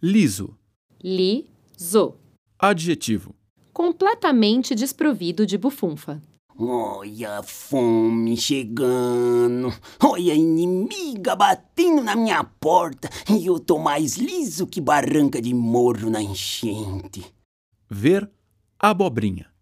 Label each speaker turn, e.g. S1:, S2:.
S1: liso,
S2: liso,
S1: adjetivo,
S2: completamente desprovido de bufunfa.
S3: Olha a fome chegando, olha a inimiga batendo na minha porta e eu tô mais liso que barranca de morro na enchente.
S1: ver abobrinha.